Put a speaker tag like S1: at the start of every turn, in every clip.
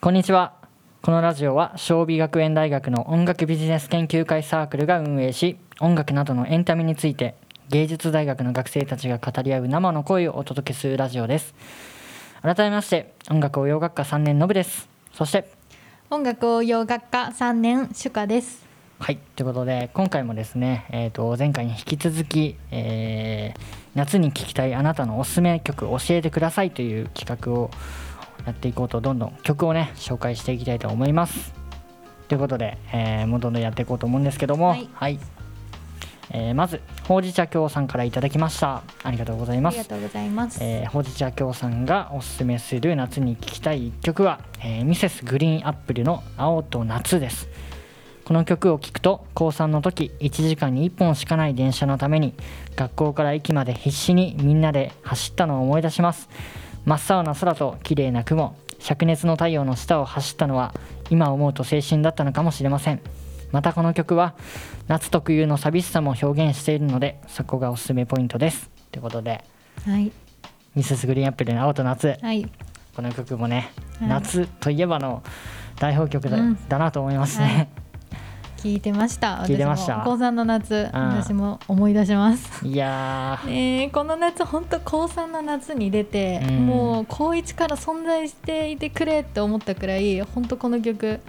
S1: こんにちはこのラジオは尚美学園大学の音楽ビジネス研究会サークルが運営し音楽などのエンタメについて芸術大学の学生たちが語り合う生の声をお届けするラジオです改めまして音楽応用学科3年のぶですそして
S2: 音楽応用学科三年主科です。
S1: はいということで今回もですね、えー、と前回に引き続き、えー夏に聴きたいあなたのおすすめ曲教えてくださいという企画をやっていこうとどんどん曲をね紹介していきたいと思います。ということで、えーもうどんどんやっていこうと思うんですけども、は
S2: はいい
S1: えーまずほうじ茶京さんからいただきましたありがとうござい
S2: あ
S1: ま
S2: りが
S1: す。
S2: とうございます。
S1: えーほうじ茶京さんがおすすめする夏に聴きたい一曲は、えーミセスグリーンアップルの「青と夏」ですこの曲を聴くと高3の時1時間に1本しかない電車のために学校から駅まで必死にみんなで走ったのを思い出します真っ青な空と綺麗な雲灼熱の太陽の下を走ったのは今思うと青春だったのかもしれませんまたこの曲は夏特有の寂しさも表現しているのでそこがおすすめポイントですということで
S2: はい
S1: ミセスグリーンアップルの青と夏
S2: はい
S1: この曲もね、
S2: はい
S1: 夏といえばの代表曲だ,、
S2: うん
S1: だなと思いますね、
S2: 聞いてました。
S1: 聞いてました
S2: 私も高三の夏、
S1: うん
S2: 私も思い出します。
S1: い、や
S2: えー、この夏本当高三の夏に出て、
S1: うん
S2: もう高一から存在していてくれって思ったくらい本当この曲
S1: ー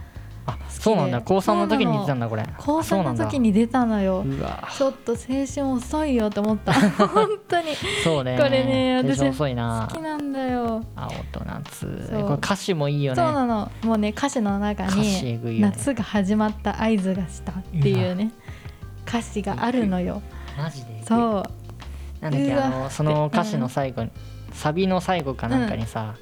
S1: あそうなんだ高3の時に言ってたんだこれ
S2: 高
S1: そう
S2: 三
S1: な
S2: の
S1: んだ
S2: 時に出たのよ。
S1: うわ
S2: ちょっと青春遅いよと 思った本当に
S1: そうね
S2: これね
S1: テンション
S2: 私
S1: 遅いな
S2: 好きなんだよ
S1: 青と夏
S2: そう
S1: これ歌詞もいいよ
S2: そ
S1: ね
S2: うなのもうね歌詞の中
S1: 歌詞えぐい
S2: に「
S1: よね
S2: 夏が始まった合図がした」っていうね歌詞があるのよ
S1: マジでえぐい
S2: そう
S1: なんだっけ
S2: うわ
S1: あのその歌詞の最後に、サビの最後かなんかにさ、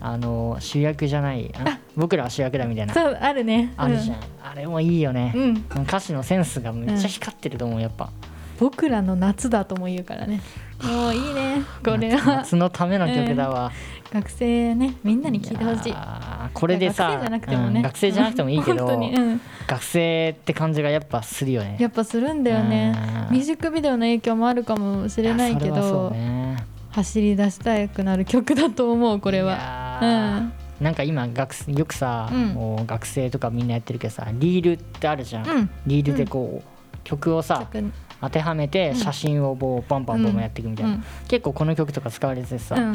S1: あの主役じゃないあ僕らは主役だみたいな
S2: そうあるね
S1: あるじゃん、あれもいいよね
S2: う、ん、うん、
S1: 歌詞のセンスがめっちゃ光ってると思うやっぱ
S2: 僕らの夏だとも言うからねもういいねこれ
S1: 夏
S2: は
S1: 夏のための曲だわ、
S2: 学生ねみんなに聞いてほしい
S1: やーこれでさ
S2: 学生じゃなくても
S1: う
S2: ね、
S1: ん学生じゃなくてもいいけど
S2: 本当に、うん、
S1: 学生って感じがやっぱするよね
S2: やっぱするんだよね
S1: うん
S2: ミュージックビデオの影響もあるかもしれないけ
S1: やそれはそ
S2: ど
S1: うね
S2: 走り出したくなる曲だと思うこれ
S1: い
S2: は
S1: やーなんか今学生よくさ、
S2: うん
S1: もう学生とかみんなやってるけどさリールってあるじゃん、
S2: うん
S1: リールでこう、曲をさ
S2: 曲
S1: 当てはめて
S2: ん
S1: 写真をもうバンバンバンバンやっていくみたいな、
S2: うん
S1: 結構この曲とか使われててさ、
S2: うん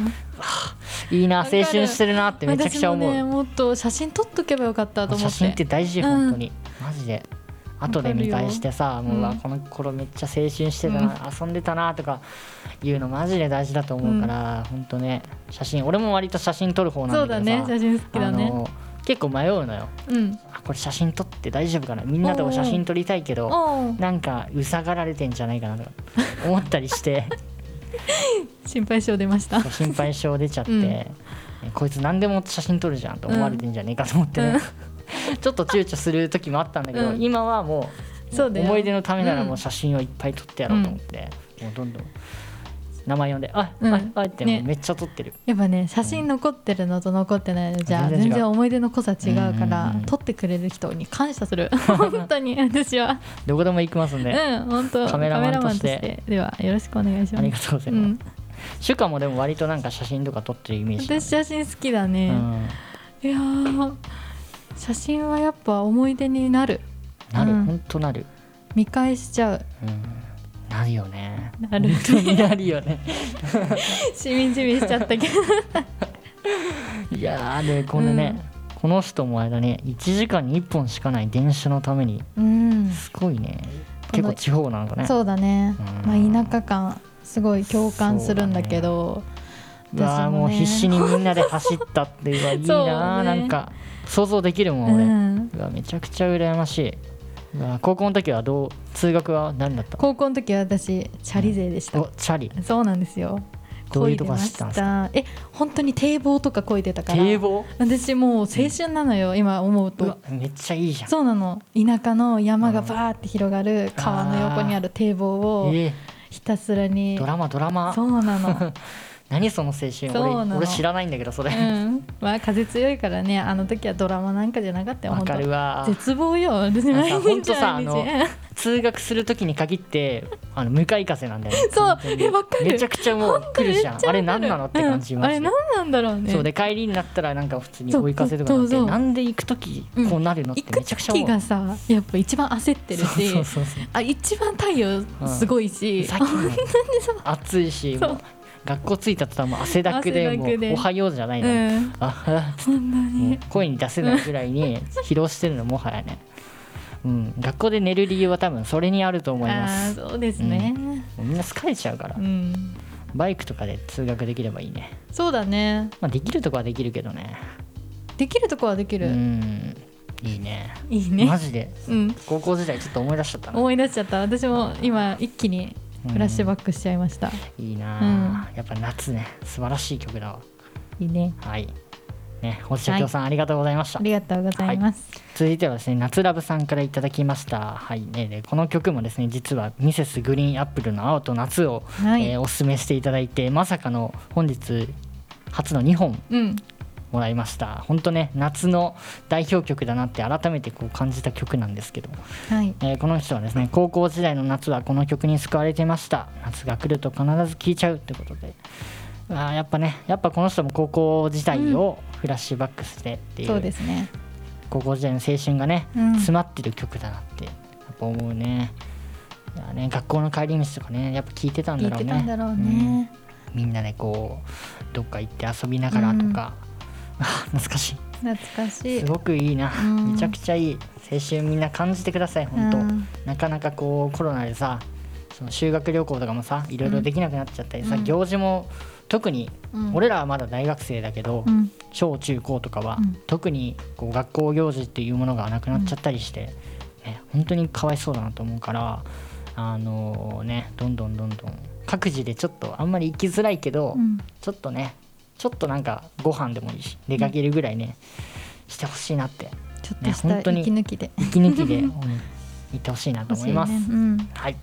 S1: いいな
S2: わ
S1: 青
S2: かる
S1: 春してるなってめちゃくちゃ思う、
S2: 私もねもっと写真撮っとけばよかったと思って
S1: 写真って大事
S2: うん
S1: 本当に、マジで後で見返してさもう、
S2: うん
S1: うわこの頃めっちゃ青春してたな、遊んでたなとかいうのマジで大事だと思うから、本当ね写真俺も割と写真撮る方な
S2: そうん
S1: だ
S2: だ
S1: けど
S2: ね
S1: さ
S2: 写真好きだ
S1: あ
S2: ね
S1: の結構迷うのよ
S2: うん
S1: あこれ写真撮って大丈夫かなみんなと写真撮りたいけど
S2: おー
S1: なんかうさがられてんじゃないかなとか思ったりして
S2: 心配性出ました
S1: そう心配性出ちゃって、
S2: うん
S1: ねこいつ何でも写真撮るじゃんと思われてんじゃねえかと思ってね、 ちょっと躊躇する時もあったんだけど、
S2: うん
S1: 今はもう
S2: そうだよ
S1: 思い出のためならもう写真をいっぱい撮ってやろうと思って、もうどんどん名前呼んで「あ、
S2: うん
S1: ああっても
S2: ね
S1: うめっちゃ撮ってる、
S2: やっぱね写真残ってるのと残ってないのじゃ
S1: 全然違う
S2: 全然思い出の濃さ違うか
S1: うん
S2: ら
S1: うんうん
S2: 撮ってくれる人に感謝する本当に私は
S1: どこでも行きますん
S2: う
S1: で、
S2: ん本当
S1: カメラマンとして
S2: カメラマンとではよろしくお願いし
S1: あ
S2: ま
S1: り
S2: す
S1: がとうございうます、
S2: ん
S1: 主家もでも割となんか写真とか撮ってるイメージ
S2: 私写真好きだ
S1: う
S2: ね
S1: ん
S2: いやー写真はやっぱ思い出になる
S1: なる、
S2: うん
S1: ほんとなる、
S2: 見返しち ゃう
S1: うん、なるよね
S2: なる
S1: 本当に なるよね
S2: しみじみしちゃったけど
S1: いやーでこのね、この人もあれだね1時間に1本しかない電車のために
S2: うん
S1: すごいね
S2: こ
S1: 結
S2: の
S1: 構地方なのかね
S2: そうだね
S1: うん
S2: まあ田舎感すごい共感するんだけど
S1: うわー
S2: 私も
S1: も
S2: ね
S1: う必死にみんなで走ったっていうのはいい
S2: そうね
S1: なー、なんか想像できる
S2: う,、
S1: もん俺、うんわめちゃくちゃ羨ましいうわー高校の時はどう通学は何だった
S2: 高校の時は私チャリ勢でした、
S1: おチャリ
S2: そうなんですよ
S1: どういう
S2: 漕
S1: とこ
S2: でま
S1: 走っ
S2: した
S1: んです
S2: たえ本当に堤防とか漕いでたから
S1: 堤防
S2: 私もう青春なのよ、今思う
S1: う
S2: と
S1: わめっちゃいいじゃん
S2: そうなの田舎の山がバーって広がる川の横にある堤防を
S1: え
S2: ひたすら
S1: ー
S2: に
S1: ドラマドラマ
S2: そうなの
S1: 何その青春
S2: そうな
S1: 俺
S2: の
S1: 俺知らないんだけどそれ、
S2: うんまあ風強いからねあの時はドラマなんかじゃなかったよ
S1: わ
S2: 本当
S1: かるわ
S2: 絶望よ毎日
S1: なんかほんとさ
S2: 毎日
S1: あの通学する時に限ってあの向かい風なんだよね
S2: そう
S1: 本当に
S2: えわかる
S1: めちゃくちゃもう来るじゃ
S2: めっ
S1: ん
S2: ち
S1: あれ
S2: わか
S1: 何
S2: る
S1: なのって感じ
S2: う
S1: ます、
S2: んあれ何なんだろうね
S1: そうで帰りになったらなんか普通に追い風とか
S2: そ
S1: な
S2: う
S1: って
S2: そうそう
S1: なんで行く時
S2: うん
S1: こうなるのって
S2: 行
S1: め
S2: く
S1: ちゃくちゃ思
S2: 時
S1: う、
S2: がさやっぱ一番焦ってる
S1: そう
S2: し
S1: そうそうそう
S2: あ一番太陽すごいし、
S1: さっきも暑いし
S2: そう
S1: もう学校着いた途端もう汗だくで
S2: 汗だ
S1: も
S2: くで
S1: うおはようじゃないの、
S2: うん
S1: あ
S2: そんな
S1: もう
S2: に
S1: 声に出せないぐらいに疲労してるのもはやね、うん、学校で寝る理由は多分それにあると思いま
S2: あー
S1: す
S2: そうですね、
S1: もうみんな疲れちゃうから
S2: うん
S1: バイクとかで通学できればいいね、
S2: そうだね
S1: まあ、できるとこはできるけどね
S2: できるとこはでき
S1: う
S2: る、
S1: んいいね
S2: いい
S1: マ
S2: ね、
S1: ジで
S2: うん、
S1: 高校時代ちょっと思い出しちゃったな
S2: 思い出しちゃった私も今一気にフラッシュバックしちゃいました、
S1: いいなあ、やっぱ夏ね素晴らしい曲だわ
S2: いいね
S1: はいね星社長さん、ありがとうございました
S2: ありがとうございます、
S1: 続いてはですね夏ラブさんからいただきましたはいねでこの曲もですね実はミセスグリーンアップルの青と夏を、
S2: はい
S1: えーおすすめしていただいてまさかの本日初の2本
S2: うん
S1: もらいました本当ね夏の代表曲だなって改めてこう感じた曲なんですけど、
S2: はい
S1: えーこの人はですね高校時代の夏はこの曲に救われてました夏が来ると必ず聴いちゃうってことであーやっぱねやっぱこの人も高校時代をフラッシュバックしてっていう,、
S2: そうですね
S1: 高校時代の青春がね、
S2: うん
S1: 詰まってる曲だなってやっぱ思うねいやね学校の帰り道とかねやっぱ聴いてたん
S2: 聞
S1: だ
S2: い
S1: ろう
S2: て
S1: ね
S2: たんだろうね、
S1: うんみんなでこうどっか行って遊びながらとか、あー 懐かしい
S2: 懐かしい
S1: すごくいいな、
S2: うん
S1: めちゃくちゃいい青春みんな感じてください本当、
S2: うん
S1: なかなかこうコロナでさその修学旅行とかもさいろいろできなくなっちゃったりさ、
S2: うん
S1: 行事も特に、
S2: うん
S1: 俺らはまだ大学生だけど、
S2: うん
S1: 小中高とかは、
S2: うん
S1: 特にこう学校行事っていうものがなくなっちゃったりして、ね、本当にかわいそうだなと思うからあのねどんどんどんどん各自でちょっとあんまり行きづらいけど、
S2: うん
S1: ちょっとねちょっとなんかご飯でもいいし出かけるぐらいね、してほしいなって
S2: ちょっとし
S1: ね
S2: た
S1: 本当に
S2: 息抜きで
S1: 息抜き でうん行ってほしいなと
S2: 欲
S1: 思
S2: し
S1: い
S2: いね
S1: ます。
S2: うん
S1: はい。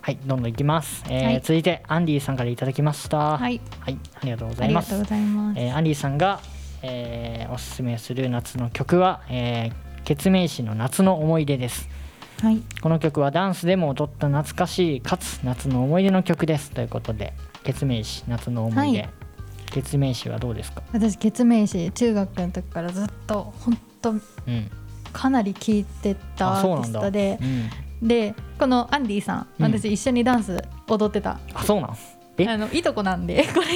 S1: はい、どんどんいきます。えー
S2: はい
S1: 続いてアンディさんからいただきました。
S2: はい
S1: はい、ありがとうござ
S2: あ
S1: い
S2: り
S1: ま
S2: が
S1: す
S2: とう。ございます
S1: えーアンディさんが、えーおすすめする夏の曲は、えー、ケツメイシの夏の思い出です。
S2: はい
S1: この曲はダンスでも踊った懐かしいかつ夏の思い出の曲ですということで、ケツメイシ夏の思い出。
S2: はい
S1: ケツメイシはどうですか。
S2: 私ケツメイシ中学の時からずっと本当
S1: うん。
S2: かなり聴いてた
S1: あ、
S2: ア
S1: そう
S2: ー
S1: な
S2: ティ
S1: ん
S2: ス
S1: だ。
S2: トで
S1: うん
S2: でこのアンディさん
S1: うん
S2: 私一緒にダンス踊ってた、
S1: あ、そうなん。え
S2: あのいとこなんでこれ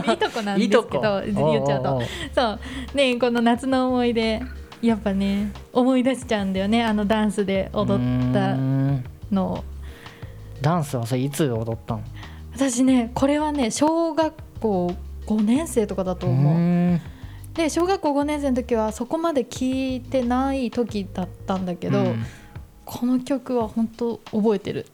S2: これいとこなんですけど言っちゃう
S1: お
S2: と
S1: うおうおう
S2: そうねこの夏の思い出やっぱね思い出しちゃうんだよねあのダンスで踊っ
S1: う
S2: た
S1: ーん
S2: のを
S1: ダンスはそれいつ踊ったの。
S2: 私ねこれはね小学校5年生とかだと
S1: う
S2: 思う
S1: ーん
S2: で小学校5年生の時はそこまで聞いてない時だったんだけど、
S1: うん
S2: この曲は本当覚えてる、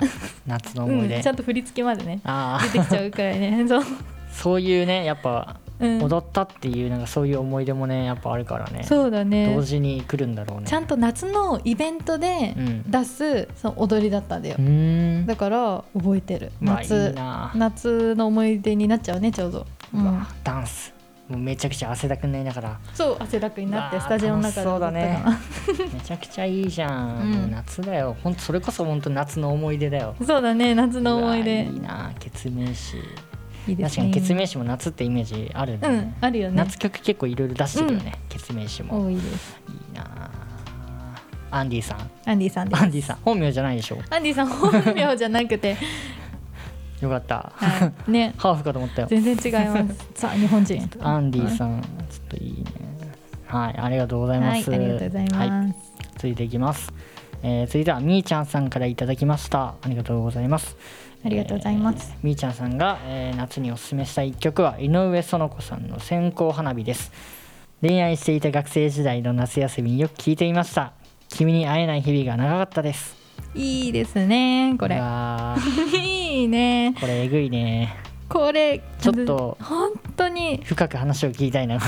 S1: 夏の
S2: う
S1: 思い
S2: ん、
S1: 出、
S2: ちゃんと振り付けまでね
S1: あ
S2: 出てきちゃうくら いねそう、
S1: あそういうねやっぱ
S2: うん、
S1: 踊ったっていうなんかそういう思い出もねやっぱあるからね、
S2: そうだね
S1: 同時に来るんだろうね
S2: ちゃんと夏のイベントで
S1: うん
S2: 出すその踊りだったんだよ
S1: う、ーん
S2: だから覚えてる
S1: まあい
S2: 夏、
S1: いな、
S2: 夏の思い出になっちゃうねちょうど、う
S1: うんわダンスもうめちゃくちゃ汗だくになりながら
S2: そう汗だくになっ
S1: う
S2: て
S1: わ
S2: スタジオの中で踊ったか
S1: 楽し
S2: な
S1: そ めちゃくちゃいいじゃん、
S2: うん
S1: もう夏だよほんとそれこそ本当夏の思い出だよ
S2: そうだね夏の思いう
S1: わ
S2: 出
S1: いいなケツメイシ
S2: いいで
S1: 確
S2: す
S1: か
S2: ね
S1: にケツメイシも夏ってイメージあるね、
S2: うんあるよね
S1: 夏曲結構いろいろ出してるよね、ケツメイシも
S2: 多いです
S1: いいなアンディさん
S2: アンディさんです
S1: アンディさん本名じゃないでしょ
S2: アンディさん本名じゃな くて、
S1: よかった、
S2: はい、ね
S1: ハーフかと思ったよ
S2: 全然違 いますさあ日本人
S1: アンディさんちょっといいねはいありがとうございます、
S2: はいありがとうござい
S1: は
S2: ます、
S1: 続いていきます、えー、続いてはみーちゃんさんからいただきましたありがとうございます
S2: ありがとうございます、
S1: えーみーちゃんさんが、えー夏におすすめした一曲は井上園子さんの線香花火です恋愛していた学生時代の夏休みによく聞いていました君に会えない日々が長かったです
S2: いいですねこ
S1: う
S2: れ
S1: わー
S2: いいね
S1: これえぐいね
S2: これ
S1: ちょっと
S2: 本当に
S1: 深く話を聞きたいな、
S2: ね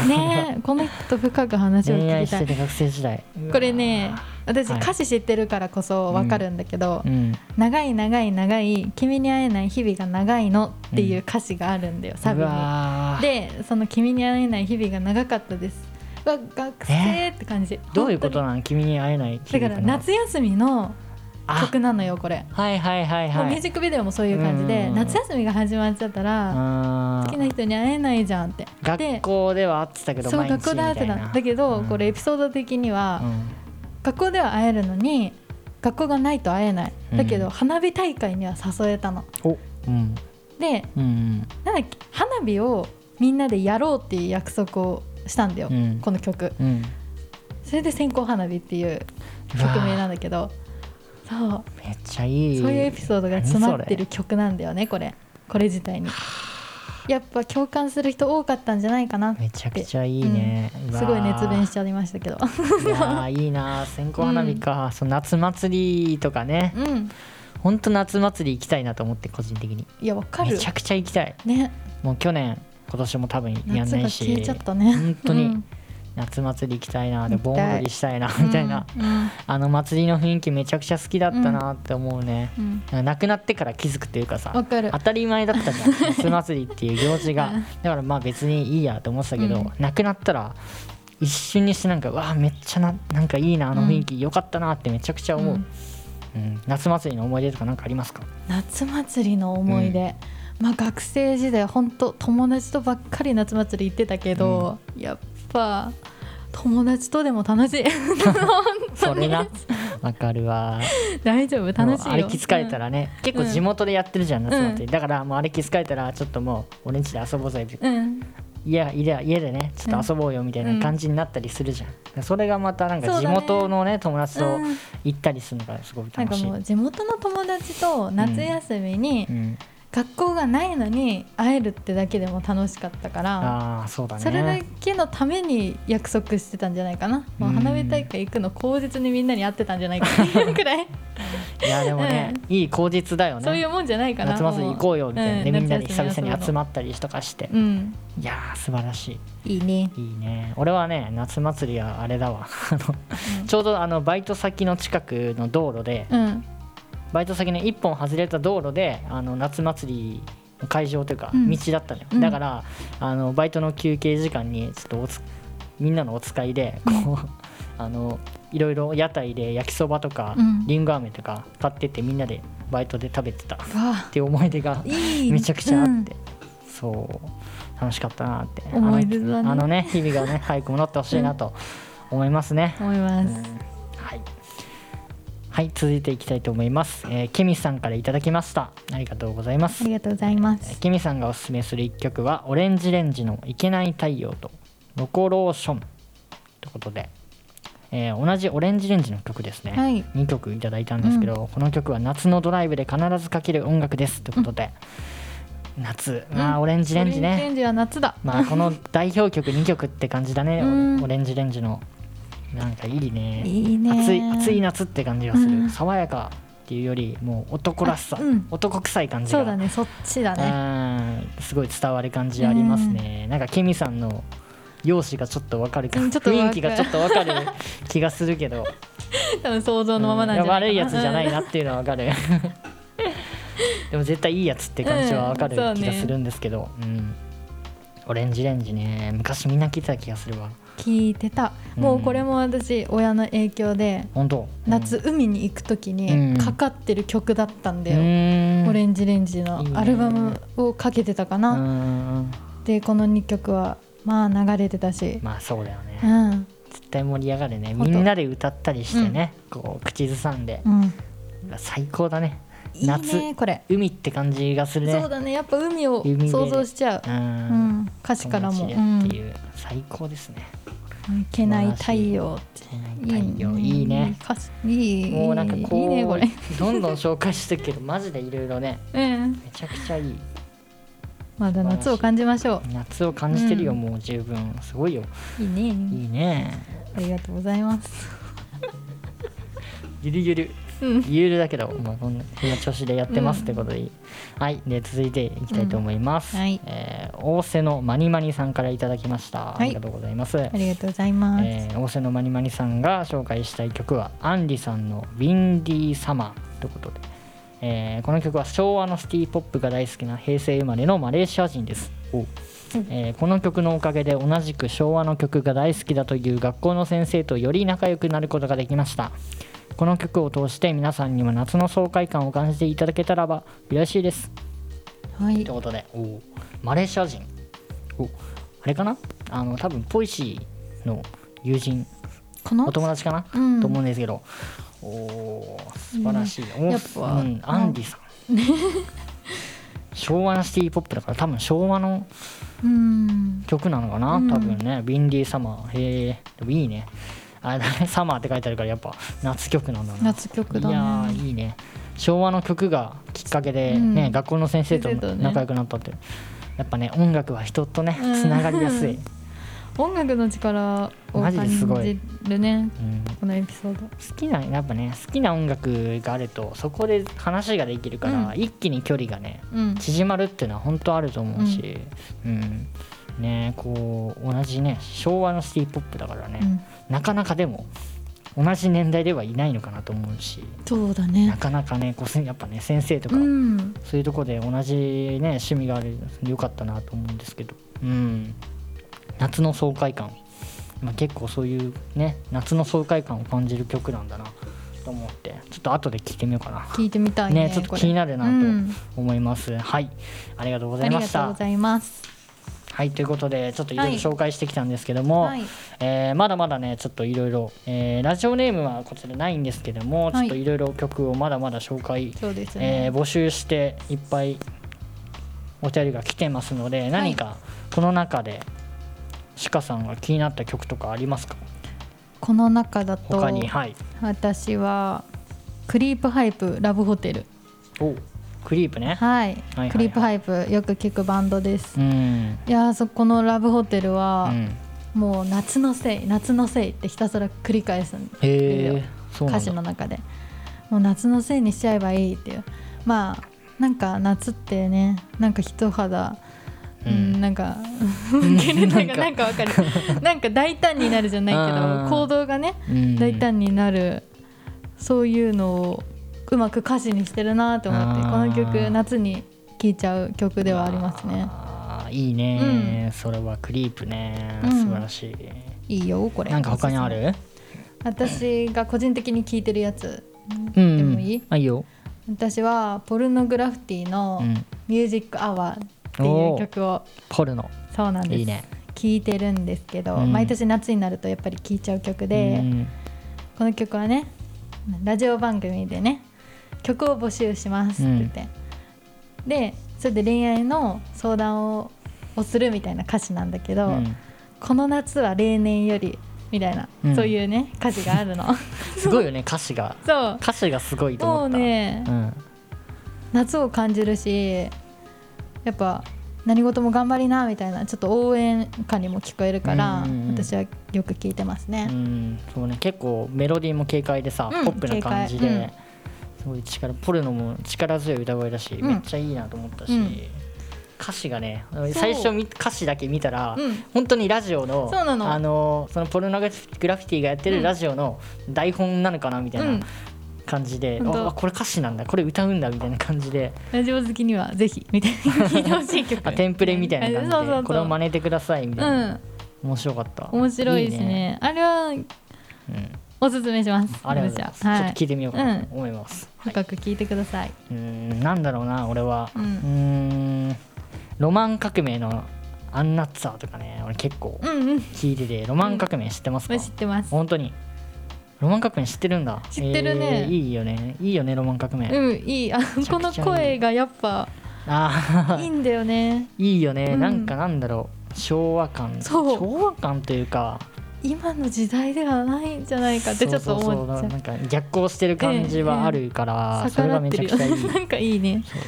S2: えこの人と深く話を
S1: 恋
S2: 聞
S1: 愛
S2: き
S1: したて
S2: い
S1: て学生時代
S2: これね私
S1: はい
S2: 歌詞知ってるからこそ分かるんだけど「
S1: うん
S2: 長い長い長い君に会えない日々が長いの」っていう歌詞があるんだよ、サビ
S1: う
S2: に。
S1: わー
S2: でその「君に会えない日々が長かったです」うわ学生って感じ
S1: どういうこと
S2: 本
S1: なの君に会えない
S2: 当にだから夏休みの
S1: あ
S2: 曲なのよこれ、
S1: はいはいはい
S2: もう
S1: は
S2: ミュー
S1: い
S2: ジックビデオもそういう感じ
S1: うんうん
S2: で
S1: うん
S2: 夏休みが始まっちゃったら
S1: あ
S2: 好き
S1: ー
S2: な人に会えないじゃんって
S1: 学校では会ってたけど
S2: そう
S1: 毎日み
S2: 学校で
S1: た
S2: 会って
S1: い
S2: た
S1: な
S2: だけど、
S1: うん
S2: これエピソード的には、
S1: うん
S2: 学校では会えるのに学校がないと会えないだけど、
S1: うん
S2: 花火大会には誘えたの
S1: おうん
S2: で
S1: うん
S2: なんだっけ花火をみんなでやろうっていう約束をしたんだよ、
S1: うん
S2: この曲
S1: うんうん
S2: それで線香花火っていう
S1: うわ
S2: 曲名なんだけどそう
S1: めっちゃいい
S2: そういうエピソードが詰まってる曲なんだよねこれこれ自体にやっぱ共感する人多かったんじゃないかな
S1: めちゃくちゃいいね、うわ
S2: すごい熱弁しちゃいましたけど
S1: いやーいいなー線香花火か、その夏祭りとかね
S2: うん
S1: ほんと夏祭り行きたいなと思って個人的に
S2: いやわか
S1: め
S2: る
S1: ちゃくちゃ行きたい
S2: ね
S1: もう去年今年も多分やん
S2: 夏
S1: な
S2: が
S1: いし
S2: 消えちゃったね
S1: 本当に
S2: うん
S1: 夏祭り行きたいなで
S2: 行きたい
S1: 盆踊りしたいなみたいな、
S2: うん
S1: あの祭りの雰囲気めちゃくちゃ好きだったなって思うね、
S2: うん
S1: なくなってから気づくっていうかさ
S2: わかる
S1: 当たり前だったじゃん夏祭りっていう行事が
S2: うん
S1: だからまあ別にいいやと思ってたけど、
S2: うん
S1: なくなったら一瞬にしてなんかうわあめっちゃななんかいいなあの雰囲気、良よかったなってめちゃくちゃ思う、
S2: うん
S1: うん夏祭りの思い出とか何かありますか
S2: 夏祭りの思い出、まあ学生時代本当友達とばっかり夏祭り行ってたけど、やっぱ友達とでも楽しい 本当
S1: それ
S2: に
S1: なわかるわ
S2: 大丈夫楽しいよ
S1: もう歩き疲れたらね、結構地元でやってるじゃん夏祭り、だからもう歩き疲れたらちょっともう俺ん家で遊ぼうぜ
S2: うん、うん
S1: 家家家でねちょっと遊ぼうよみたいな感じになったりするじゃん、それがまたなんか
S2: そう
S1: 地
S2: だね
S1: 元のね友達と
S2: うん
S1: 行ったりするのがすごい
S2: なん
S1: 楽
S2: か
S1: しい、
S2: もう地元の友達と夏休みに
S1: うん、
S2: 学校がないのに会えるってだけでも楽しかったから、
S1: ああそうだね
S2: それだけのために約束してたんじゃないかな、もう花火大会行くの口実にみんなに会ってたんじゃないかって いうくらい
S1: いやでもね、いい口実だよね
S2: そういうもんじゃないかな
S1: 夏祭り行こうよみたいな、ね
S2: うん
S1: みんなで久
S2: 夏休み遊
S1: 々に
S2: ぶの
S1: 集まったりとかして、
S2: うん
S1: いやー素晴らし
S2: いいね
S1: いいいね俺はね夏祭りはあれだわあの ちょうどあのバイト先の近くの道路で、
S2: うん
S1: バイト先の一本外れた道路であの夏祭りの会場というか
S2: うん
S1: 道だったのよ、
S2: うん
S1: だからあのバイトの休憩時間にちょっとおつみんなのお使いでこう あのいろいろ屋台で焼きそばとか、
S2: うん
S1: りんご飴とか買ってってみんなでバイトで食べてたっ
S2: わあ
S1: ていう思い出が
S2: いい
S1: めちゃくちゃあって、そう楽しかったなって
S2: 思い出だ
S1: あ
S2: ね
S1: のあのね日々がね早く戻ってほしいなと思いますね。
S2: うん思います、
S1: はい、はい、続いていきたいと思います、えーケミさんからいただきましたありがとうございま
S2: あ
S1: す
S2: りがとうございます
S1: ケミさんがおすすめする一曲はオレンジレンジのいけない太陽とロコローションということで、えー同じオレンジレンジの曲ですね、
S2: はい
S1: 2曲いただいたんですけど、この曲は夏のドライブで必ずかける音楽ですということで、夏まあオレンジレンジ
S2: オレン
S1: ね
S2: ジレンジは夏だ
S1: まあこの代表曲2曲って感じだね、
S2: うん
S1: オレンジレンジのなんかいいね
S2: いいね
S1: 暑い暑い夏って感じがする、
S2: うん
S1: 爽やかっていうよりもう男らしさ、
S2: あうん
S1: 男臭い感じが
S2: そうだねそっちだね
S1: うんすごい伝わる感じありますね、なんかケミさんの容姿がちょっとわかるか、
S2: うんちょっとわか
S1: 雰
S2: る
S1: 囲気がちょっとわか る気がするけど
S2: 多分想像のままなんじゃないかな、
S1: うんや悪いやつじゃないなっていうのはわか るでも絶対いいやつって感じはわかる
S2: うんそうね
S1: 気がするんですけど、うんオレンジレンジね昔みんな聞いてた気がするわ
S2: 聞いてたもうこれも私親の影響で
S1: 本当
S2: 夏、海に行く時
S1: うん
S2: にかかってる曲だったんだ
S1: うん
S2: よ、
S1: うん
S2: オレンジレンジの
S1: いいね
S2: アルバムをかけてたか
S1: う
S2: な、
S1: ん
S2: でこの2曲はまあ流れてたし、
S1: まあそうだよね、
S2: うん
S1: 絶対盛り上がるね
S2: 本
S1: み
S2: 当
S1: んなで歌ったりしてね、こう口ずさんで、
S2: うん
S1: 最高だね
S2: いい
S1: 夏
S2: ねこれ
S1: 海って感じがするね
S2: そうだねやっぱ海を
S1: 海で
S2: 想像しちゃ
S1: う
S2: う、うんん、歌詞からも「
S1: 友達
S2: うん
S1: でっていう、最高ですね
S2: いけない太陽」って
S1: 太陽いいね
S2: 歌詞いい
S1: もうなんかこう
S2: いいねこれ
S1: どんどん紹介してるけどマジでいろいろね
S2: うん
S1: めちゃくちゃいい
S2: まだ夏を感じましょ
S1: 夏を感じてるよ、
S2: うん
S1: もう十分すごいよ
S2: ういいね
S1: いいね
S2: ありがとうございます
S1: ゆるゆる
S2: うん
S1: ゆるだけど、まあ、こんなこんな調子でやってますってことでいい、はいで続いていきたいと思います、
S2: うんはい
S1: えー大瀬のマニマニさんからいただきました、
S2: はい
S1: ありがとうございます
S2: ありがとうございます、
S1: えー大瀬のまにまにさんが紹介したい曲はアンリさんの「ビンディーサマー」ということで、えーこの曲は昭和のシティ・ポップが大好きな平成生まれのマレーシア人です、えーこの曲のおかげで同じく昭和の曲が大好きだという学校の先生とより仲良くなることができましたこの曲を通して皆さんにも夏の爽快感を感じていただけたらば嬉しいです
S2: はい
S1: ということでおマレーシア人おあれかなあの多分ポイシーの友人
S2: この
S1: お友達かな、
S2: うん
S1: と思うんですけどおー素晴らしい、
S2: ん
S1: お
S2: やっぱ
S1: うん、アンディさん昭和のシティ・ポップだから多分昭和の
S2: うん
S1: 曲なのかな、
S2: うん
S1: 多分ね「ウィンディー・サマー」へえでもいいねあれだね「サマー」って書いてあるからやっぱ夏曲なんだな
S2: 夏曲だね
S1: いやーいいね昭和の曲がきっかけで、ね
S2: うん
S1: 学校の先生と
S2: 先生とね
S1: 仲良くなったって、やっぱね音楽は人とね
S2: うん
S1: つながりやす い、
S2: 音楽の力を
S1: マ
S2: 感
S1: ジですごい
S2: じるね
S1: うん
S2: このエピソード
S1: 好きなやっぱね好きな音楽があるとそこで話ができるから、
S2: う
S1: 一気に距離がね
S2: うん
S1: 縮まるっていうのは本当あると思うし、うんねこう同じね昭和のシティ・ポップだからね、
S2: うん
S1: なかなかでも同じ年代ではいないのかなと思うし
S2: そうだ
S1: な
S2: ね
S1: かなかねこうせんやっぱね先生とか、
S2: うん
S1: そういうとこで同じね趣味があるよかったなと思うんですけど、うん、夏の爽快感、まあ、結構そういうね夏の爽快感を感じる曲なんだなと思ってちょっと後で聴いてみようかな。
S2: 聞いてみたいね
S1: ね、ちょっと
S2: これ
S1: 気になるな
S2: う
S1: と
S2: ん
S1: 思います、はいありがとうござ
S2: あ
S1: い
S2: り
S1: ま
S2: が
S1: し
S2: とうご
S1: た
S2: ざいます
S1: はいということでちょっといろいろ
S2: はい
S1: 紹介してきたんですけども、
S2: はい
S1: えーまだまだねちょっといろいろえーラジオネームはこちらないんですけども、
S2: い
S1: ちょっといろいろ曲をまだまだ紹介、
S2: そうです
S1: え
S2: ね
S1: ー募集していっぱいお便りが来てますので何かこの中でシカさんが気になった曲とかありますか
S2: この中だと
S1: 他にはい
S2: 私はクリープハイプラブホテル
S1: おクリープね、
S2: はい
S1: いはい
S2: クリープハイプよく聞くバンドです
S1: うん
S2: いやーそこのラブホテル
S1: う
S2: は
S1: ん
S2: もう夏のせい夏のせいってひたすら繰り返すん
S1: へえそうな
S2: 歌
S1: ん
S2: 詞の
S1: だ
S2: 中でもう夏のせいにしちゃえばいいっていうまあなんか夏ってねなんか一肌
S1: う
S2: うんん、なんかゲレンデ
S1: な
S2: がなんんかわかるなんか大胆になるじゃないけ
S1: うん
S2: ど行動がね
S1: うん
S2: 大胆になるそういうのをうまく歌詞にしてるなと思っ
S1: あ
S2: てこ
S1: ー
S2: の曲夏に聴いちゃう曲ではありますね
S1: あーいいね、それはクリープね
S2: うん
S1: 素晴らしい、
S2: いいよこれ
S1: なんか他にある
S2: 私が個人的に聴いてるやつ
S1: う
S2: で
S1: ん
S2: もいい
S1: あいいよ、
S2: 私はポルノグラフィティの
S1: うん
S2: 「ミュージックアワーっていう曲を
S1: ポルノ
S2: そうなんです
S1: いいね
S2: 聴いてるんですけど、
S1: うん
S2: 毎年夏になるとやっぱり聴いちゃう曲で、
S1: うん
S2: この曲はねラジオ番組でね曲を募集しますって言って、でそれで恋愛の相談ををするみたいな歌詞なんだけど、
S1: うん
S2: この夏は例年よりみたいな、
S1: うん
S2: そういうね歌詞があ るの
S1: すごいよね歌詞が
S2: そう
S1: 歌詞がすごいと思
S2: もう
S1: った
S2: ね、
S1: うん
S2: 夏を感じるしやっぱ何事も頑張りなみたいなちょっと応援歌にも聞こえるから、
S1: うんうんうん
S2: 私はよく聞いてます
S1: う
S2: ね、
S1: んそうね結構メロディーも軽快でさ、
S2: うん
S1: ポップな感じで、
S2: 軽快うん
S1: すごい力ポルノも力強い歌声だし、
S2: うん
S1: めっちゃいいなと思ったし、
S2: うん
S1: 歌詞がね
S2: う
S1: 最初見歌詞だけ見たら、
S2: うん
S1: 本当にラジオの
S2: そうなの
S1: あのそのポルノグラフィティがやって
S2: う
S1: る
S2: ん
S1: ラジオの台本なのかなみたいな感じで、
S2: 本当
S1: あこれ歌詞なんだこれ歌うんだみたいな感じで、
S2: ラジオ好きにはぜひみたいな聞いてほしい曲
S1: あテンプレみたいな感じで
S2: そうそうそう
S1: これを真似てくださいみたいな、
S2: うん
S1: 面白かった
S2: 面白いですねあれは
S1: うん
S2: おすすめします
S1: ありがとうございます、
S2: 私はは
S1: ちょっと聞いてみようか
S2: う
S1: なんと思います、はい
S2: 深く聞いてください、
S1: うーんなんだろうな俺はう
S2: うん
S1: ーんロマン革命のアンナッツァーとかね俺結構
S2: うんうん
S1: 聞いててロマン革命知ってますか、
S2: 知ってます
S1: 本当にロマン革命知ってるんだ
S2: 知ってる
S1: え
S2: ね
S1: ーいいよねいいよねロマン革命、
S2: うんいいあ
S1: めちゃ
S2: こ
S1: く
S2: の
S1: ちゃいい
S2: 声がやっぱ
S1: あ
S2: いい
S1: ー
S2: んだよね
S1: いいよね、
S2: うん
S1: なんかなんだろう昭和感
S2: そう
S1: 昭和感というか
S2: 今の時代ではないんじゃないかってちょっ
S1: そ
S2: と
S1: うそう
S2: 思っ
S1: そう
S2: ちゃ
S1: なんか逆行してる感じはあるから、
S2: う
S1: それ
S2: 逆
S1: が
S2: らっ
S1: め
S2: て
S1: ちゃ
S2: る
S1: く
S2: よ
S1: ちゃ いい
S2: ねなんかいいね
S1: そう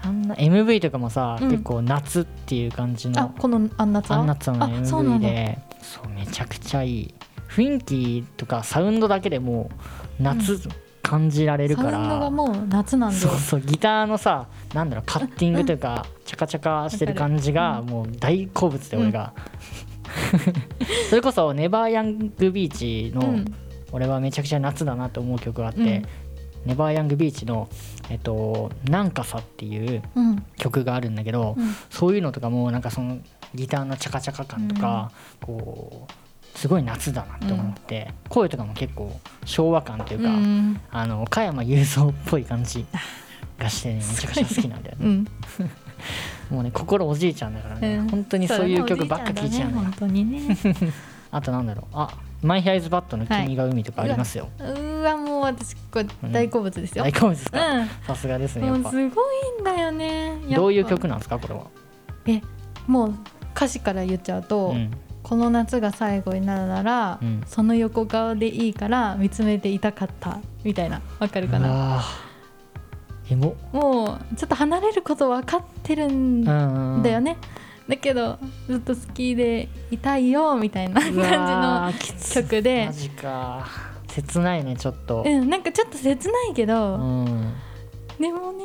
S1: あんな MV とかもさ、
S2: うん
S1: 結構夏っていう感じ
S2: あ
S1: の
S2: このアンナツ
S1: ア
S2: ァ
S1: ンナツァの
S2: あそうな
S1: MV
S2: んだ
S1: でそうめちゃくちゃいい雰囲気とかサウンドだけでもう夏感じられるから
S2: サウンドがもう夏なんで
S1: そうそうギターのさなんだろうカッティングというか、 チャカチャカしてる感じがもう大好物で
S2: うん
S1: 俺が、 それこそ「ネバーヤングビーチの」
S2: うん
S1: 俺はめちゃくちゃ夏だなと思う曲があって「
S2: うん
S1: ネバーヤングビーチの」えっと「なんかさ」っていう
S2: うん
S1: 曲があるんだけど、
S2: うん
S1: そういうのとかもなんかそのギターのチャカチャカ感とか、こうすごい夏だなって思って、声とかも結構昭和感というか、
S2: うん
S1: あの加山雄三っぽい感じがしてね、めちゃくちゃ好きなんだよね
S2: うん
S1: もうね心おじいちゃんだからね、
S2: うん
S1: 本当にそういう曲ばっか聴いちゃうのよ、
S2: それもおじいちゃんだね本当にね
S1: あとなんだろうあマイヘアイズバットの君が海とかありますよ、
S2: うーわもう私これ大好物ですよ、
S1: 大好物ですか、
S2: う
S1: さすがですねや
S2: ん
S1: っ
S2: も
S1: ぱ
S2: うすごいんだよねやっぱ
S1: どういう曲なんですかこれは、
S2: えもう歌詞から言っちゃうと、
S1: うん
S2: この夏が最後になるなら、
S1: うん
S2: その横顔でいいから見つめていたかったみたいなわかるか
S1: う
S2: な
S1: わーエモ
S2: もうちょっと離れること分かってるんだ
S1: ん
S2: よね、だけどずっと好きでいたいよみたいな
S1: うわ
S2: 感
S1: ーきつ
S2: じの曲で
S1: マジか切ないねちょっと
S2: う、んなんかちょっと切ないけど、
S1: うん
S2: でもね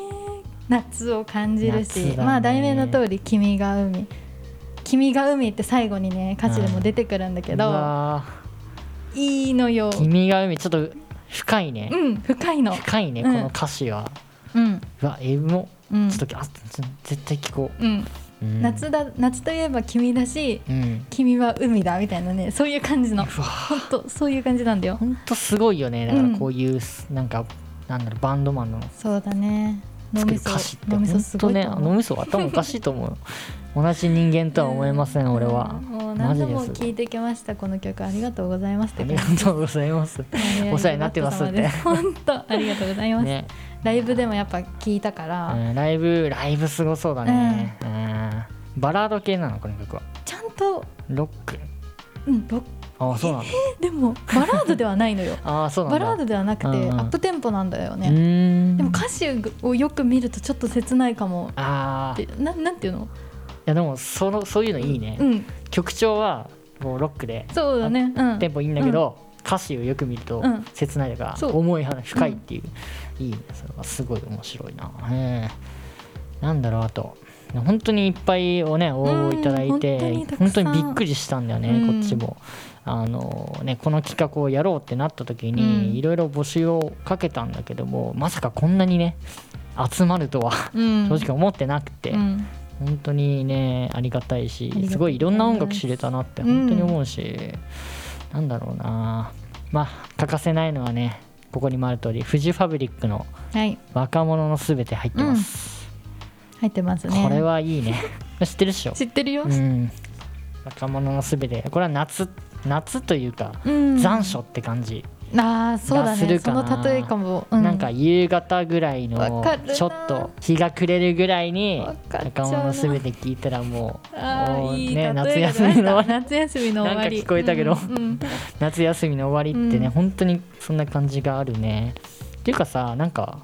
S2: 夏を感じるし、
S1: 夏だね
S2: まあ題名の通り「君が海」「君が海」って最後にね歌詞でも出てくるんだけ
S1: う
S2: ど
S1: わ
S2: 「いいのよ
S1: ー」君が海ちょっと深いね、
S2: うん深いの
S1: 深いねこ
S2: うん
S1: の歌詞は、
S2: うん
S1: うわエモ
S2: うん
S1: ちょっとあちょ絶対聞こ
S2: うん
S1: う、うん
S2: 夏だ夏といえば君だし
S1: うん
S2: 君は海だみたいなねそういう感じの
S1: うわ
S2: ほんとそういう感じなんだよ
S1: ほんとすごいよねだか
S2: う
S1: ら
S2: ん
S1: こういう、なんかなんだろうバンドマンの
S2: そうだね脳
S1: 作
S2: み
S1: る
S2: そ
S1: 歌詞って
S2: 脳
S1: ほん
S2: みそす
S1: と
S2: ごい
S1: ね
S2: と思う
S1: 脳みそ頭おかしいと思 う同じ人間とは思えません、俺は
S2: うんもう
S1: マ
S2: 何
S1: ジ
S2: 度
S1: で
S2: も
S1: す
S2: 聞いてきましたこの曲ありがとうございますっ
S1: あ
S2: て
S1: り
S2: 感
S1: が
S2: じ
S1: とうございますお世話になってますって
S2: 本当ありがとうございます、
S1: ね、
S2: ライブでもやっぱ聞いたか
S1: う
S2: ら、
S1: ん、ライブライブすごそうだね、うんバラード系なのこの曲は
S2: ちゃんと
S1: ロック
S2: うんロッ
S1: ああそうなんだ
S2: クでもバラードではないのよ
S1: ああそうな
S2: バ
S1: んだ
S2: ラードではなくて、
S1: うんうん
S2: アップテンポなんだよ
S1: う
S2: ね、
S1: ーん
S2: でも歌詞をよく見るとちょっと切ないかも
S1: ああ
S2: っ
S1: い
S2: てななんていうの
S1: やでもそのそういうのいいね、
S2: うん
S1: 曲調はこうロックで
S2: そうだねうん
S1: テンポいいんだけど、歌詞をよく見ると
S2: うん
S1: 切ないとか、
S2: そう
S1: 重い話深いっていう、いいねそれはすごい面白いなええなんだろうあと本当にいっぱいをね応募いただいて、
S2: うん
S1: 本
S2: 本
S1: 当
S2: 当にたくさん
S1: にびっくりしたんだよね、
S2: うん
S1: こっちもあのねこの企画をやろうってなった時に、
S2: うん
S1: いろいろ募集をかけたんだけどもまさかこんなにね集まるとは
S2: うん
S1: 正直思ってなくて、
S2: うん
S1: 本当にねありがたいし
S2: ありがとうございます
S1: すごいいろんな音楽知れたなって本当に思うし、なんだろうなまあ欠かせないのはねここにもある通りフジファブリックの
S2: はい
S1: 「若者のすべて」入ってます、
S2: 入ってますね
S1: これはいいね知ってるっしょ
S2: 知ってるよ、
S1: うん若者のすべてこれは夏夏というか
S2: うん
S1: 残暑って感じ、
S2: あーそうだ
S1: がす
S2: ね
S1: る
S2: そ
S1: かな
S2: の例えかも、う
S1: なんか夕方ぐらい
S2: わ
S1: の
S2: かるな
S1: ちょっと日が暮れるぐらいに
S2: わかっちゃ
S1: 若
S2: うな
S1: 者のすべて聞いたらもう
S2: あ
S1: も
S2: ー
S1: う
S2: いい、
S1: ね
S2: 例
S1: 夏
S2: えが
S1: 休
S2: 出ま
S1: み
S2: した
S1: の
S2: 夏休みの終わり
S1: なんか聞こえたけど
S2: うんうん
S1: 夏休みの終わりってね、
S2: うん
S1: 本当にそんな感じがあるねっていうかさなんか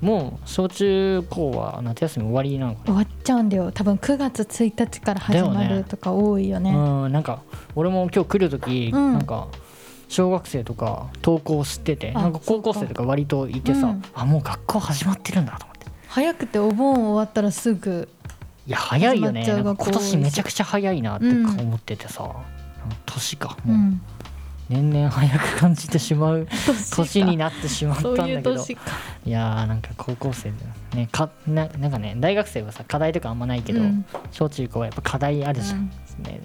S1: もう小中高は夏休み終わりなのか
S2: 終わっちゃうんだよ多分9月1日から始ま
S1: だよね
S2: るとか多いよ
S1: な、
S2: ね
S1: うんなんか俺も今日来る時、
S2: うん
S1: なんか小学生とか登校してて
S2: あ
S1: なんか高校生とか割といてさ、
S2: うん
S1: あもう学校始まってるんだと思って
S2: 早くてお盆終わったらすぐ
S1: いや早いよね
S2: 始まっちゃ
S1: なん
S2: う
S1: か
S2: 学校
S1: 今年めちゃくちゃ早いなって
S2: うん
S1: 思っててさ、年か
S2: う
S1: もうん年々早く感じてしまう年にな
S2: な
S1: ってしまったん
S2: そう
S1: だ
S2: い
S1: け
S2: う
S1: ど
S2: 年か
S1: いやーなんか高校生でねかななんかね大学生はさ課題とかあんまないけど、
S2: うん
S1: 小中高はやっぱ課題あるじゃん、ね、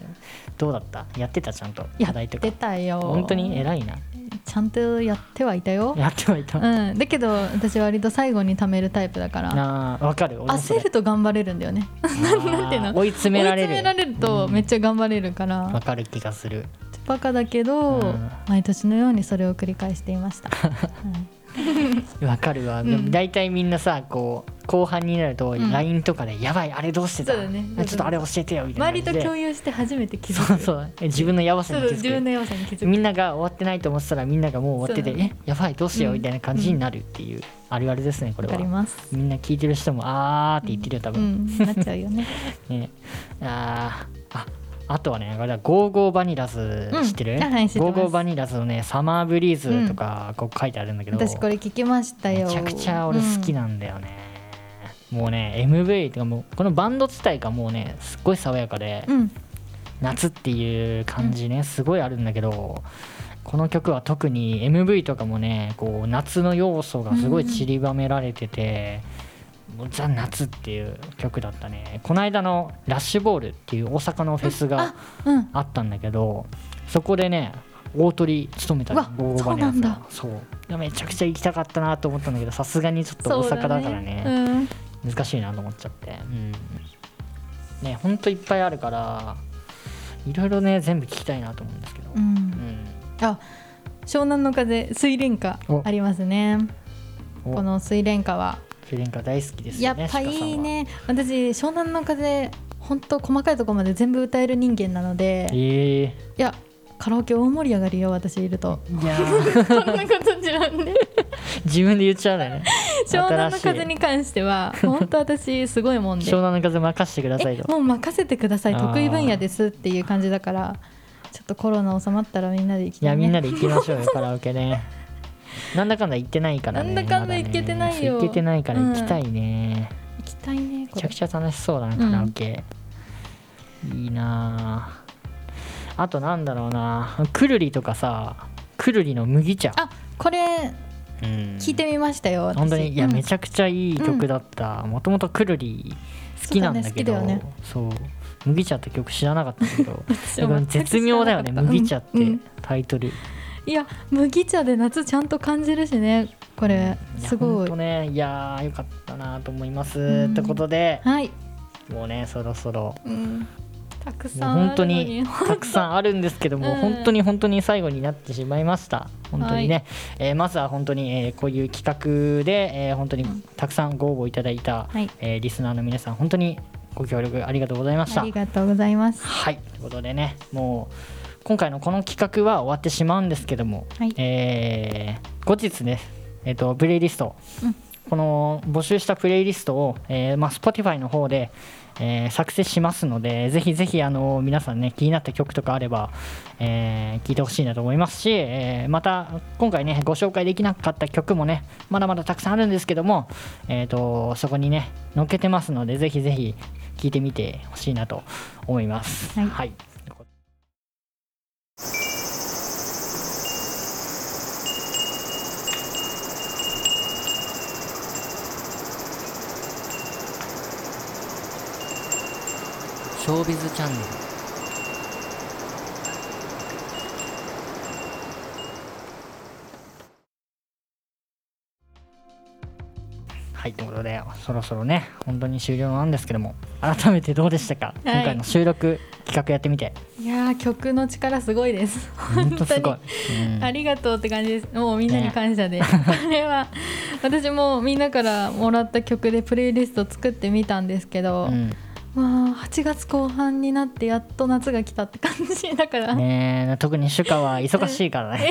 S1: どうだったやってたちゃんと課
S2: や
S1: 題と
S2: っ
S1: か
S2: てたよ
S1: 本当に偉いな
S2: ちゃんとやってはいたよ、
S1: やってはいた、
S2: うん、だけど私割と最後に貯めるタイプだから
S1: なあわかる俺もそれ
S2: 焦ると頑張れるんだよね
S1: あー
S2: なんていうの
S1: 追い詰められる
S2: 追い詰められるとめっちゃ頑張れるから、
S1: わかる気がする
S2: バカだけど、
S1: うん
S2: 毎年のようにそれを繰り返していま した、
S1: わかるわ、
S2: うん
S1: でも大体みんなさこう後半になると
S2: ん
S1: LINE とかで「やばいあれどうしてた
S2: そうだね
S1: あちょっとあれ教えてよ」みた
S2: 周
S1: い
S2: り
S1: な
S2: と
S1: 感じで
S2: 共有して初めて気づ
S1: そう
S2: く
S1: そうえ自分のやば
S2: そ
S1: さ
S2: う
S1: に気
S2: 自
S1: づく
S2: 分の弱さに気づく
S1: みんなが終わってないと思ってたらみんながもう終わってて「
S2: そうだ
S1: え
S2: ね
S1: やばいどうしよう」
S2: うん
S1: みたいな感じになるっていうあるあるですねこれ
S2: わか
S1: は
S2: ります
S1: みんな聞いてる人も「あー」って言ってるよ多
S2: う
S1: 分、
S2: んなっちゃうよね
S1: ねあーああとはねこれはゴーゴーバニラズ
S2: うん
S1: 知ってる、
S2: あはい知ってま
S1: ゴ
S2: す
S1: ーゴーバニラズのねサマーブリーズとかこう書いてあるんだけど、
S2: 私これ聞きましたよ
S1: めちゃくちゃ俺好き
S2: な、
S1: なんだよね、もうね MV とかもうこのバンド自体がもうねすっごい爽やかで、
S2: うんうん
S1: 夏っていう感じねすごいあるんだけどこの曲は特に MV とかもねこう夏の要素がすごい散りばめられてて、もうザ・夏っていう曲だったねこの間の「ラッシュボール」っていう大阪のフェスが
S2: うん
S1: あったんだけどそこでね大鳥務めた
S2: うわ
S1: ゴーゴーバネアン
S2: そう
S1: が
S2: なんだ
S1: そういやめちゃくちゃ行きたかったなと思ったんだけどさすがにちょっと大阪だからね
S2: うん
S1: 難しいなと思っちゃってうんねほんといっぱいあるからいろいろね全部聞きたいなと思うんですけど
S2: う、
S1: うんん
S2: あ湘南の風水蓮花
S1: お
S2: ありますね
S1: お
S2: この水蓮花は
S1: フィレンカ大好きです
S2: や
S1: よ
S2: っ
S1: ね
S2: ぱいいね私湘南の風本当細かいところまで全部歌える人間なので
S1: 鹿さんはええ
S2: いやカラオケ大盛り上がりよ私いると
S1: いやー
S2: そんな形なんで
S1: 自分で言っちゃうんだよね
S2: 湘南の風
S1: 新しい
S2: に関しては本当私すごい もんで
S1: 湘南の風任せてください
S2: え
S1: と
S2: もう任せてください
S1: あー
S2: 得意分野ですっていう感じだからちょっとコロナ収まったらみんなで行き
S1: い
S2: た
S1: や
S2: い、ね、
S1: みんなで行きま しょうよカラオケねなんだかんだ行ってないからね
S2: なんだかんだ行けてないよ
S1: まだねそう行けてないから行きたいね、
S2: 行きたいねこ
S1: めちゃ
S2: れ
S1: くちゃ楽しそうだな
S2: うん
S1: カラオケ、いいなああとなんだろうなくるりとかさくるりの麦茶
S2: あこれ
S1: うん
S2: 聞いてみましたよ、私
S1: 本当にいや、
S2: うん
S1: めちゃくちゃいい曲だったもともとくるり好きなんだけど
S2: そうだね好きだよ
S1: そう麦茶って曲知らなかった んだけど
S2: 私
S1: で
S2: も
S1: も
S2: 全く知らなかった
S1: 絶妙だよね麦茶って
S2: うんうん
S1: タイトル、
S2: いや麦茶で夏ちゃんと感じるしねこれ
S1: いや
S2: すご
S1: ほん
S2: い
S1: とねいやーよかったなと思います、
S2: うん
S1: ってことで
S2: はい、
S1: もうねそろそろ
S2: うん、たく
S1: も
S2: さ
S1: うん
S2: あ
S1: 本当
S2: るのに
S1: に たくさんあるんですけども、
S2: うん
S1: 本当に本当に最後になってしまいました本当にね、
S2: は
S1: えーまずは本当に、えーこういう企画で、えー本当にたくさんご応募いただいた、
S2: はい
S1: えーリスナーの皆さん本当にご協力ありがとうございました
S2: あり。がとうございます
S1: はいということでねもう今回のこの企画は終わってしまうんですけども、
S2: はい
S1: えー後日ね、えー、とプレイリスト、
S2: うん
S1: この募集したプレイリストを、えーまあ、Spotify の方で、えー作成しますのでぜひぜひあの皆さんね気になった曲とかあれば、えー聞いてほしいなと思いますし、えーまた今回ねご紹介できなかった曲もねまだまだたくさんあるんですけども、えー、とそこにね載っけてますのでぜひぜひ聞いてみてほしいなと思います。
S2: はい
S1: はいショービズチャンネルはいということでそろそろね本当に終了なんですけども改めてどうでしたか、
S2: はい
S1: 今回の収録企画やってみて
S2: いやー曲の力すごいです
S1: 本当すごい、うん
S2: ありがとうって感じです。もうみんなに感 謝で、これは私もみんなからもらった曲でプレイリスト作ってみたんですけど、
S1: うん
S2: まあ8月後半になってやっと夏が来たって感じだから、
S1: ねえ特に主夏は忙しいからね。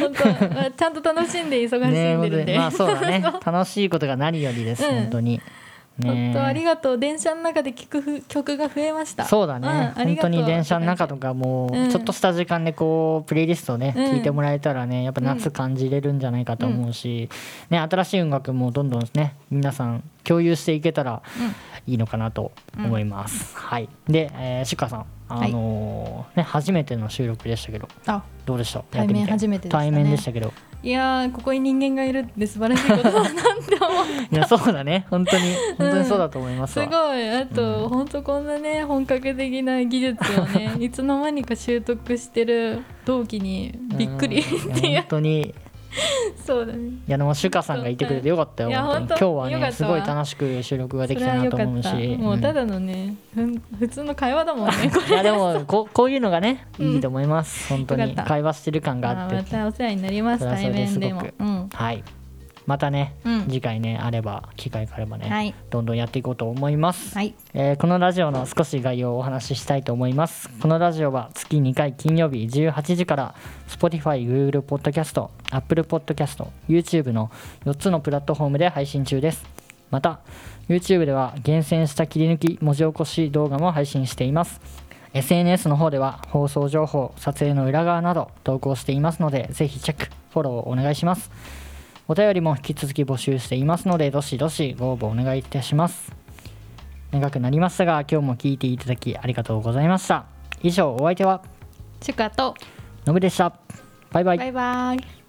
S2: 本当まあちゃんと楽しんで忙し
S1: ねえ
S2: んで るんで、
S1: まあそうだね楽しいことが何よりです、
S2: うん
S1: 本当に。
S2: 本当あ
S1: ね
S2: りがとう。電車の中で聞くふ曲が増えました。
S1: えそうだね、
S2: んあ
S1: 本
S2: りが
S1: 当
S2: とう
S1: に電車の中とかも
S2: うん
S1: うちょっとした時間でこうプレイリストをね、
S2: うん
S1: 聞いてもらえたらねやっぱ夏感じれるんじゃないかと思うし、ね、新しい音楽もどんどんね皆さん共有していけたらいいのかなと思います。はい、で、えー、シュカさんあのーね、初めての収録でしたけど
S2: あ
S1: どうでした
S2: 対面
S1: やってみ
S2: 初めてでしたね
S1: 対面でしたけど
S2: いやーここに人間がいるって素晴らしいことだなって思って。
S1: いやそうだね本当に本当にそうだと思います
S2: す
S1: わ、
S2: ごいあと、本当こんなね本格的な技術を ねいつの間にか習得してる同期にびっくり っ
S1: うん
S2: て
S1: い
S2: い
S1: や
S2: う
S1: 本当にい
S2: そうだね
S1: やでもシュカさんがいてくれてよかったよ
S2: いや
S1: 本当に
S2: 本当
S1: 今日はね
S2: よかった
S1: すごい楽しく収録ができたなと思う
S2: それは
S1: し
S2: 良もう
S1: だ
S2: ただのね、ふん普通の会話だもんねこ
S1: いやで
S2: れ
S1: もこうこういうのがね
S2: うん
S1: いいと思います、本当
S2: よ
S1: に
S2: かった
S1: 会話してる感 があ
S2: あ
S1: っ
S2: ー
S1: て
S2: またお世話になりま
S1: そ
S2: す
S1: れはそ
S2: 対
S1: れで
S2: 面
S1: すごく
S2: でも、うん
S1: はいまたね、
S2: うん
S1: 次回ねあれば機会があればね、
S2: はい
S1: どんどんやっていこうと思います、
S2: はい
S1: えーこのラジオの少し概要をお話ししたいと思いますこのラジオは月2回金曜日18時から Spotify、Google Podcast、Apple Podcast、YouTube の4つのプラットフォームで配信中ですまた YouTube では厳選した切り抜き文字起こし動画も配信しています SNS の方では放送情報撮影の裏側など投稿していますのでぜひチェックフォローお願いしますお便りも引き続き募集していますのでどしどしご応募お願いいたします長くなりましたが今日も聞いていただきありがとうございました以上お相手は
S2: チュカと
S1: のぶでしたバイバイ
S2: バイバイ